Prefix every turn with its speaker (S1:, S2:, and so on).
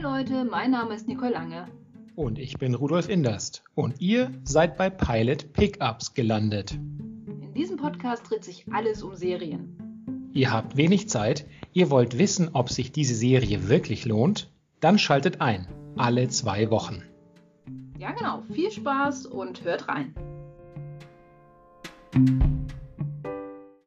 S1: Leute, mein Name ist Nicole Lange.
S2: Und ich bin Rudolf Inderst. Und ihr seid bei Pilot Pickups gelandet.
S1: In diesem Podcast dreht sich alles um Serien.
S2: Ihr habt wenig Zeit, ihr wollt wissen, ob sich diese Serie wirklich lohnt? Dann schaltet ein. Alle zwei Wochen.
S1: Ja, genau. Viel Spaß und hört rein.
S2: thank you